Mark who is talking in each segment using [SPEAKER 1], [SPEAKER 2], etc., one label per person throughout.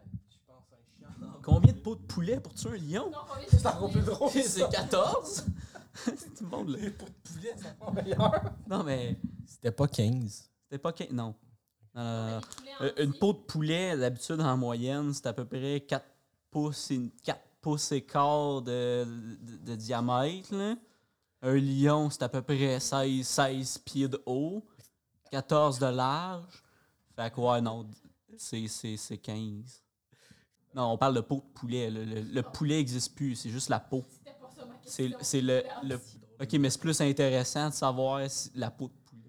[SPEAKER 1] combien de pots de poulet pour tuer un lion?
[SPEAKER 2] Non, oui,
[SPEAKER 3] C'est encore plus drôle.
[SPEAKER 1] C'est
[SPEAKER 3] ça.
[SPEAKER 1] 14? Tout le monde là.
[SPEAKER 3] Les pots de poulet, c'est encore meilleur.
[SPEAKER 1] Non, mais
[SPEAKER 4] C'était pas 15.
[SPEAKER 1] c'était pas... quin- Non. Non, non, non, non. Euh,
[SPEAKER 2] Une
[SPEAKER 1] Une peau de poulet, d'habitude, en moyenne, c'est à peu près 4 pouces et, 4 pouces et quart de, de- de diamètre. là. Un lion, c'est à peu près 16, 16 pieds de haut, 14 de large. Fait que, ouais, non, c'est- c'est c'est 15. Non, on parle de peau de poulet. Le, le- le poulet n'existe plus, c'est juste la peau.
[SPEAKER 2] C'était pour ça ma
[SPEAKER 1] C'est
[SPEAKER 2] question.
[SPEAKER 1] c'est le, le- OK, mais c'est plus intéressant de savoir si la peau de poulet.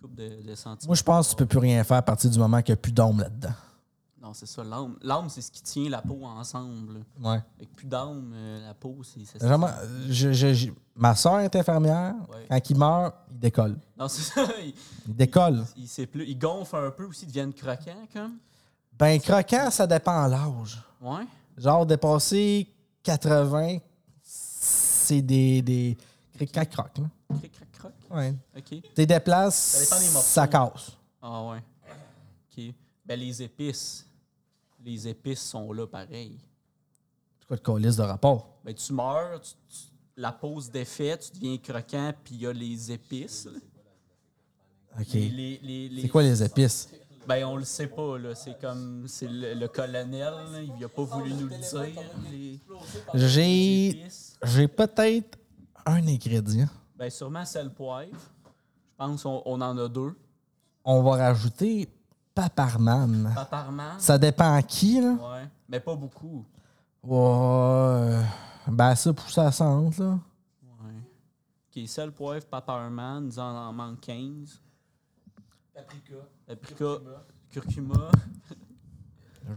[SPEAKER 1] Coupe de, de centimètres.
[SPEAKER 4] Moi, je pense que tu peux plus rien faire à partir du moment qu'il n'y a plus d'ombre là-dedans.
[SPEAKER 1] Non, c'est ça, l'âme. L'âme, c'est ce qui tient la peau ensemble.
[SPEAKER 4] Ouais.
[SPEAKER 1] Avec plus d'âme, euh, la peau, c'est ça.
[SPEAKER 4] Vraiment, je- je- je- ma soeur est infirmière.
[SPEAKER 1] Ouais.
[SPEAKER 4] Quand il meurt, il décolle.
[SPEAKER 1] Non, c'est ça. Il,
[SPEAKER 4] Il décolle.
[SPEAKER 1] il, sait plus. il gonfle un peu aussi, ils deviennent croquants, comme.
[SPEAKER 4] Ben, croquant, ça dépend de l'âge.
[SPEAKER 1] Ouais.
[SPEAKER 4] Genre, dépasser 80, c'est des. des... Cric, croc, là.
[SPEAKER 1] Cric, crac, croc.
[SPEAKER 4] Ouais.
[SPEAKER 1] OK.
[SPEAKER 4] T'es déplaces,
[SPEAKER 3] Ça dépend des morceaux.
[SPEAKER 4] ça casse.
[SPEAKER 1] Ah, ouais. OK. Ben, les épices. Les épices sont là pareil.
[SPEAKER 4] C'est quoi le colis de rapport?
[SPEAKER 1] Ben, tu meurs, tu- tu- la peau se défait, tu deviens croquant, puis il y a les épices. là.
[SPEAKER 4] OK.
[SPEAKER 1] Les- les- les- les-
[SPEAKER 4] C'est quoi les épices?
[SPEAKER 1] Ben, on le sait pas, là. C'est comme. C'est le, le colonel, là, il a pas voulu nous le dire. les- les
[SPEAKER 4] J'ai.
[SPEAKER 1] épices.
[SPEAKER 4] J'ai peut-être un ingrédient.
[SPEAKER 1] Ben, sûrement sel poivre. Je pense qu'on on en a deux.
[SPEAKER 4] On va rajouter paparman.
[SPEAKER 1] Apparemment.
[SPEAKER 4] Ça dépend à qui, là.
[SPEAKER 1] Ouais. Mais pas beaucoup.
[SPEAKER 4] Ouais. Ben, ça pousse à centre, là.
[SPEAKER 1] Ouais. Ok, sel poivre, paparman, nous en, en manque 15.
[SPEAKER 3] Paprika.
[SPEAKER 1] Paprika,
[SPEAKER 3] curcuma,
[SPEAKER 1] curcuma,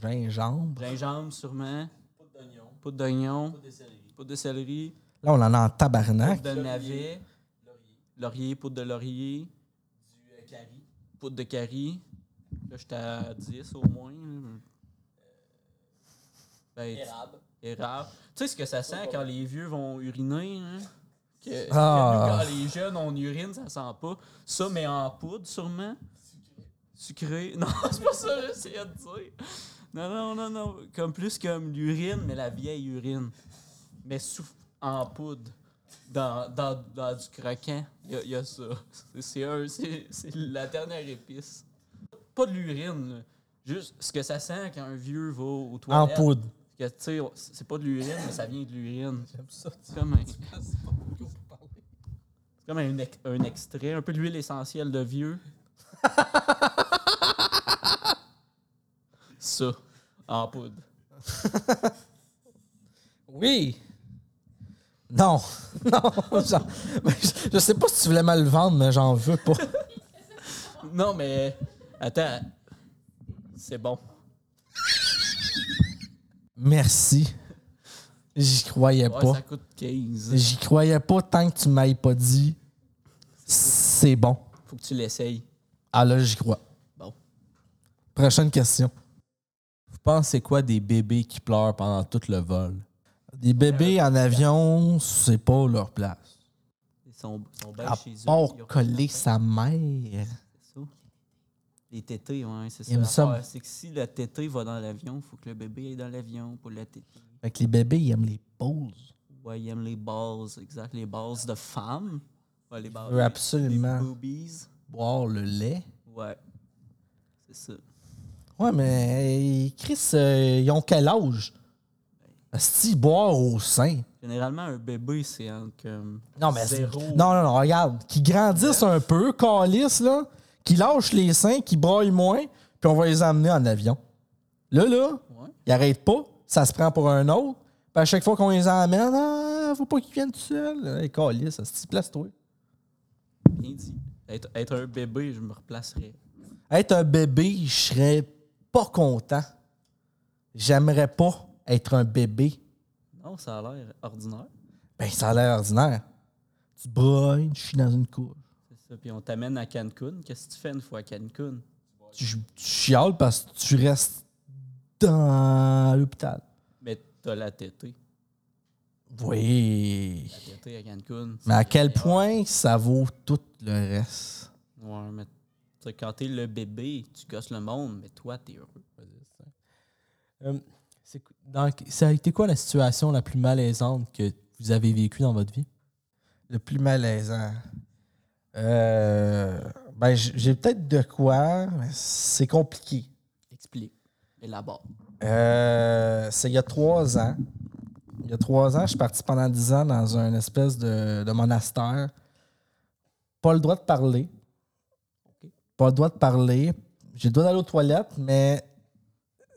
[SPEAKER 4] Gingembre.
[SPEAKER 1] gingembre sûrement,
[SPEAKER 3] Poudre d'oignon.
[SPEAKER 1] poudre d'oignon,
[SPEAKER 3] Poudre de céleri.
[SPEAKER 1] poudre de céleri,
[SPEAKER 4] Là, on en a en tabarnak.
[SPEAKER 1] poudre de navet,
[SPEAKER 3] Laurier.
[SPEAKER 1] laurier, poudre de laurier,
[SPEAKER 3] Du euh, curry.
[SPEAKER 1] poudre de carie. Là, j'étais à 10 au moins. là. Euh, Ben,
[SPEAKER 3] Érable.
[SPEAKER 1] Érable. Tu sais ce que ça sent quand les vieux vont uriner, hein? Que-
[SPEAKER 4] Ah.
[SPEAKER 1] que Quand les jeunes, on urine, ça sent pas. Ça, mais en poudre, sûrement. Sucré. Non, c'est pas ça, j'essayais de dire. Non, non, non, non. Comme plus comme l'urine, mais la vieille urine. Mais sous, en poudre. Dans, dans, dans du croquant. Il y, a- il y a ça. C'est- C'est un- c'est- c'est la dernière épice. Pas de l'urine, là. Juste ce que ça sent quand un vieux va aux
[SPEAKER 4] En
[SPEAKER 1] toilettes.
[SPEAKER 4] poudre.
[SPEAKER 1] Que, tu sais, on- c'est pas de l'urine, mais ça vient de l'urine.
[SPEAKER 3] J'aime ça.
[SPEAKER 1] C'est comme, un,
[SPEAKER 3] Ah, c'est pas beaucoup pour parler.
[SPEAKER 1] c'est comme un, ex- un extrait, un peu de l'huile essentielle de vieux. Ça, en poudre.
[SPEAKER 4] Oui. Non. Non. j'en- ben, je, je sais pas si tu voulais mal le vendre, mais j'en veux pas.
[SPEAKER 1] Non, mais attends. C'est bon.
[SPEAKER 4] Merci. J'y croyais
[SPEAKER 1] Ouais,
[SPEAKER 4] pas.
[SPEAKER 1] ça coûte 15.
[SPEAKER 4] J'y croyais pas tant que tu m'ailles pas dit. C'est bon.
[SPEAKER 1] Faut que tu l'essayes.
[SPEAKER 4] Ah là, j'y crois.
[SPEAKER 1] Bon.
[SPEAKER 4] Prochaine question.
[SPEAKER 5] Vous pensez quoi des bébés qui pleurent pendant tout le vol?
[SPEAKER 4] Des bébés en avion, c'est pas leur place.
[SPEAKER 1] Ils sont, ils sont bien
[SPEAKER 4] À
[SPEAKER 1] Euh, chez eux.
[SPEAKER 4] part
[SPEAKER 1] ils ont-
[SPEAKER 4] coller sa mère.
[SPEAKER 1] C'est ça. Les tétés, ouais, c'est ça.
[SPEAKER 4] Il me
[SPEAKER 1] l'affaire.
[SPEAKER 4] semble-
[SPEAKER 1] C'est que si la tétée va dans l'avion, faut que le bébé aille dans l'avion pour la tétée.
[SPEAKER 4] Fait que les bébés, ils aiment les pauses.
[SPEAKER 1] Ouais, il aime les bases, exact. Les bases de femmes. Ouais, les bases.
[SPEAKER 4] veut absolument.
[SPEAKER 1] Les boobies.
[SPEAKER 4] Boire le lait.
[SPEAKER 1] Ouais. C'est ça.
[SPEAKER 4] Ouais, mais euh, Chris, euh, ils ont quel âge? Si boire au sein.
[SPEAKER 1] Généralement, un bébé, c'est entre. comme,
[SPEAKER 4] Non, mais
[SPEAKER 1] zéro.
[SPEAKER 4] Non, non, non, regarde. Qu'ils grandissent un peu, calissent, là. Qu'ils lâchent les seins, qu'ils broillent moins, puis on va les emmener en avion. Là, là,
[SPEAKER 1] Ouais.
[SPEAKER 4] ils arrêtent pas. Ça se prend pour un autre. Puis à chaque fois qu'on les emmène, ah, faut pas qu'ils viennent tout seuls. Hey, calisse, ça se place-toi.
[SPEAKER 1] Bien dit. Être, être un bébé, je me replacerais.
[SPEAKER 4] Être un bébé, je serais pas content. J'aimerais pas être un bébé.
[SPEAKER 1] Non, ça a l'air ordinaire.
[SPEAKER 4] Ben, ça a l'air ordinaire. Tu broilles, je suis dans une cour.
[SPEAKER 1] C'est ça. Puis on t'amène à Cancun. Qu'est-ce que tu fais une fois à Cancun?
[SPEAKER 4] Tu, tu chiales parce que tu restes dans l'hôpital.
[SPEAKER 1] Mais t'as la tétée.
[SPEAKER 4] Oui.
[SPEAKER 1] La tétée à Cancun.
[SPEAKER 4] Mais à quel point ça vaut tout le reste?
[SPEAKER 1] Ouais, mais. tu sais, Quand t'es le bébé, tu gosses le monde, mais toi, t'es heureux.
[SPEAKER 5] Euh, C'est qu- dans- ça a été quoi la situation la plus malaisante que vous avez vécue dans votre vie?
[SPEAKER 4] Le plus malaisant. Euh, ben, j- j'ai peut-être de quoi, mais c'est compliqué.
[SPEAKER 1] Explique. Élabore.
[SPEAKER 4] Euh, c'est il y a trois ans. Il y a trois ans, je suis parti pendant dix ans dans une espèce de, de monastère. Pas le droit de parler. Pas le droit de parler. J'ai le droit d'aller aux toilettes, mais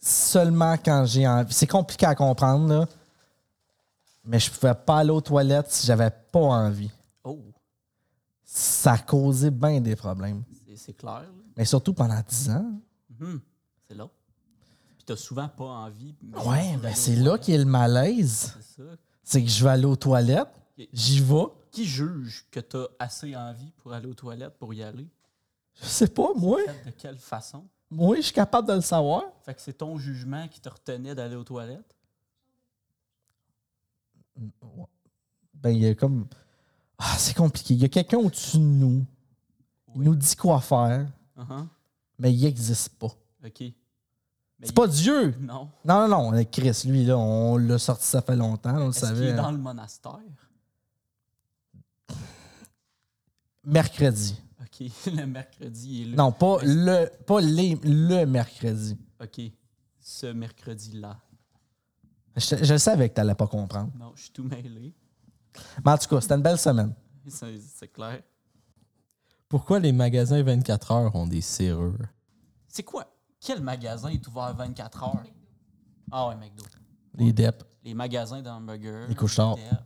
[SPEAKER 4] seulement quand j'ai envie. C'est compliqué à comprendre, là. Mais je pouvais pas aller aux toilettes si j'avais pas envie.
[SPEAKER 1] Oh,
[SPEAKER 4] Ça a causé bien des problèmes.
[SPEAKER 1] c'est- c'est clair. là.
[SPEAKER 4] Mais surtout pendant dix ans.
[SPEAKER 1] Mhm. C'est là. Puis t'as souvent pas envie. mais-
[SPEAKER 4] Ouais, ben c'est là qu'est le malaise.
[SPEAKER 1] C'est ça.
[SPEAKER 4] c'est que je vais aller aux toilettes, j'y vais.
[SPEAKER 1] Qui juge que t'as assez envie pour aller aux toilettes pour y aller?
[SPEAKER 4] Je sais pas, moi.
[SPEAKER 1] De quelle façon?
[SPEAKER 4] Moi, je suis capable de le savoir.
[SPEAKER 1] Fait que c'est ton jugement qui te retenait d'aller aux toilettes?
[SPEAKER 4] Ben, il y a comme. Ah, c'est compliqué. Il y a quelqu'un au-dessus de nous. Il nous dit quoi faire,
[SPEAKER 1] Uh-huh.
[SPEAKER 4] mais il n'existe pas.
[SPEAKER 1] OK. Mais
[SPEAKER 4] C'est pas Dieu!
[SPEAKER 1] il- Non.
[SPEAKER 4] Non, non, non. Chris, lui, là, on l'a sorti, ça fait longtemps, on le
[SPEAKER 1] Est-ce qu'il
[SPEAKER 4] savait. hein.
[SPEAKER 1] est dans le monastère?
[SPEAKER 4] Mercredi.
[SPEAKER 1] OK. Le mercredi, il est là.
[SPEAKER 4] Non, pas le pas les, le mercredi.
[SPEAKER 1] OK. Ce mercredi-là.
[SPEAKER 4] Je, je savais que t'allais pas comprendre.
[SPEAKER 1] Non, je suis tout mêlé.
[SPEAKER 4] Mais en tout cas, c'était une belle semaine.
[SPEAKER 1] C'est c'est clair.
[SPEAKER 5] Pourquoi les magasins 24 heures ont des serrures?
[SPEAKER 1] C'est quoi? Quel magasin est ouvert 24 heures? Ah ouais, McDo.
[SPEAKER 5] Les DEP.
[SPEAKER 1] Les magasins d'hamburgers.
[SPEAKER 4] Les couche-tard.
[SPEAKER 1] les bières.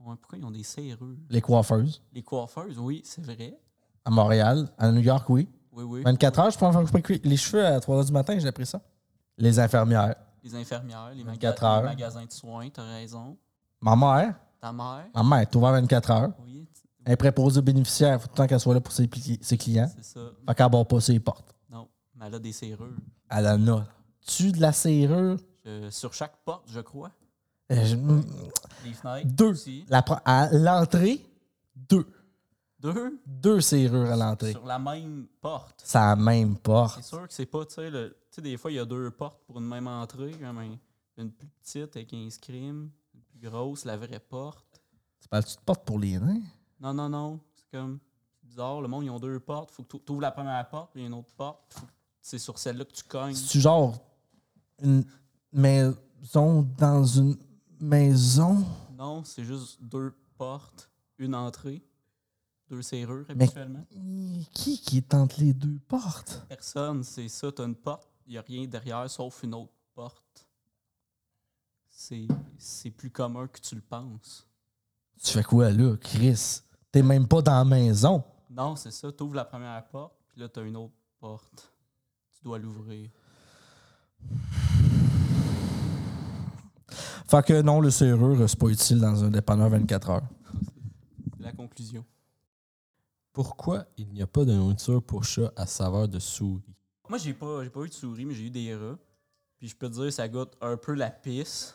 [SPEAKER 1] Ouais, pourquoi ils ont des serrures?
[SPEAKER 4] Les coiffeuses.
[SPEAKER 1] Les coiffeuses, oui, c'est vrai.
[SPEAKER 4] À Montréal, à New York, oui.
[SPEAKER 1] Oui, oui.
[SPEAKER 4] 24 heures, je prends je prends les cheveux à 3 h du matin, j'ai appris ça. Les infirmières.
[SPEAKER 1] Les infirmières, les,
[SPEAKER 4] 24
[SPEAKER 1] maga-
[SPEAKER 4] heures.
[SPEAKER 1] les magasins de soins, t'as raison.
[SPEAKER 4] Ma mère,
[SPEAKER 1] Ta mère,
[SPEAKER 4] ma mère est ouverte 24 heures.
[SPEAKER 1] oui, t-
[SPEAKER 4] Elle est préposée aux bénéficiaires, faut tout le temps qu'elle soit là pour ses, pli- ses clients.
[SPEAKER 1] c'est ça.
[SPEAKER 4] Fait qu'elle barre pas ses portes.
[SPEAKER 1] Non, mais elle a des serrures.
[SPEAKER 4] Elle en a. Tu de la serrure?
[SPEAKER 1] Euh, sur chaque porte, je crois.
[SPEAKER 4] Euh, je- mm,
[SPEAKER 1] Les fenêtres.
[SPEAKER 4] Deux.
[SPEAKER 1] aussi.
[SPEAKER 4] La pro- à l'entrée, deux.
[SPEAKER 1] Deux.
[SPEAKER 4] Deux serrures à l'entrée.
[SPEAKER 1] Sur la même porte.
[SPEAKER 4] C'est la même
[SPEAKER 1] C'est
[SPEAKER 4] porte.
[SPEAKER 1] sûr que c'est pas, tu sais, le- tu sais, des fois, il y a deux portes pour une même entrée. comme un- une plus petite avec un scrim, une plus grosse, la vraie porte.
[SPEAKER 4] Tu parles-tu de porte pour les nains?
[SPEAKER 1] Non, non, non. C'est comme c'est bizarre. Le monde, ils ont deux portes. Faut que tu ouvres la première porte, puis il y a une autre porte. Faut que c'est sur celle-là que tu cognes.
[SPEAKER 4] C'est-tu genre une maison dans une maison?
[SPEAKER 1] Non, c'est juste deux portes, une entrée, deux serrures
[SPEAKER 4] Mais-
[SPEAKER 1] habituellement.
[SPEAKER 4] Qui qui est entre les deux portes?
[SPEAKER 1] Personne, c'est ça. T'as une porte, il n'y a rien derrière sauf une autre porte. C'est c'est plus commun que tu le penses.
[SPEAKER 4] Tu fais quoi là, Chris? T'es même pas dans la maison.
[SPEAKER 1] Non, c'est ça. T'ouvres la première porte, puis là, t'as une autre porte. Tu dois l'ouvrir.
[SPEAKER 4] Fait que non, le serrure, euh, c'est pas utile dans un dépanneur 24 heures.
[SPEAKER 1] C'est la conclusion.
[SPEAKER 5] Pourquoi il n'y a pas de nourriture pour chat à saveur de souris?
[SPEAKER 1] Moi, j'ai pas, j'ai pas eu de souris, mais j'ai eu des rats. Puis je peux te dire, ça goûte un peu la pisse.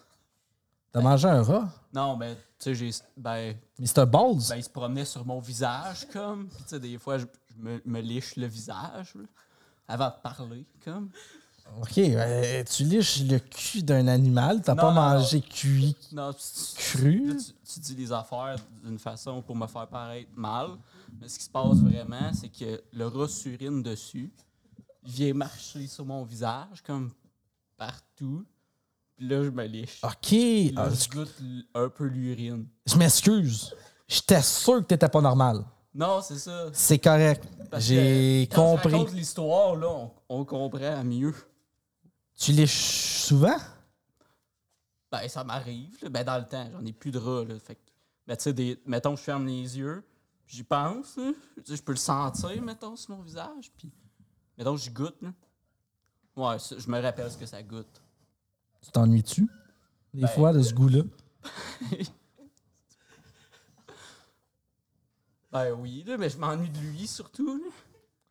[SPEAKER 4] T'as mangé un rat?
[SPEAKER 1] Non, ben, tu sais, j'ai. Ben,
[SPEAKER 4] Mais c'est un balls.
[SPEAKER 1] ben, il se promenait sur mon visage, comme. Puis, tu sais, des fois, je, je me, me liche le visage, là, avant de parler, comme.
[SPEAKER 4] Ok, euh, tu liches le cul d'un animal, t'as
[SPEAKER 1] Non,
[SPEAKER 4] pas
[SPEAKER 1] non,
[SPEAKER 4] mangé cuit
[SPEAKER 1] Non, tu-
[SPEAKER 4] cru.
[SPEAKER 1] Là, tu, tu dis les affaires d'une façon pour me faire paraître mal, mais ce qui se passe vraiment, c'est que le rat s'urine dessus, vient marcher sur mon visage, comme partout. Puis là, je me liche.
[SPEAKER 4] Ok,
[SPEAKER 1] Puis là,
[SPEAKER 4] ah,
[SPEAKER 1] je goûte l- un peu l'urine.
[SPEAKER 4] je m'excuse. J'étais sûr que t'étais pas normal.
[SPEAKER 1] Non, c'est ça.
[SPEAKER 4] C'est correct.
[SPEAKER 1] Parce que
[SPEAKER 4] J'ai
[SPEAKER 1] quand je
[SPEAKER 4] compris.
[SPEAKER 1] raconte l'histoire, là, on, on comprend mieux.
[SPEAKER 4] Tu liches souvent?
[SPEAKER 1] Ben, ça m'arrive, là. Ben, dans le temps, j'en ai plus de rats, là. Fait que, ben, tu sais, des- mettons, je ferme les yeux, puis j'y pense, là. Tu sais, Je peux le sentir, mettons, sur mon visage, puis... Mettons, j'y goûte, là. Ouais, ça, je me rappelle ce que ça goûte.
[SPEAKER 4] Tu t'ennuies-tu? Des fois, de ce goût-là.
[SPEAKER 1] Ben oui, là, mais je m'ennuie de lui, surtout, là.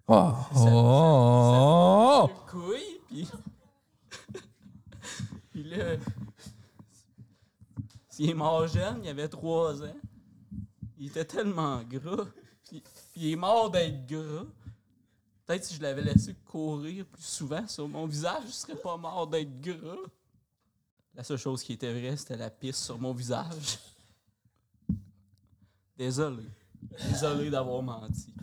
[SPEAKER 4] Oh, oh, oh.
[SPEAKER 1] Le couille, puis... puis là... S'il est mort jeune, il avait trois ans. Il était tellement gras. Puis, puis il est mort d'être gras. Peut-être si je l'avais laissé courir plus souvent sur mon visage, je serais pas mort d'être gras. La seule chose qui était vraie, c'était la pisse sur mon visage. Désolé. Désolé d'avoir menti.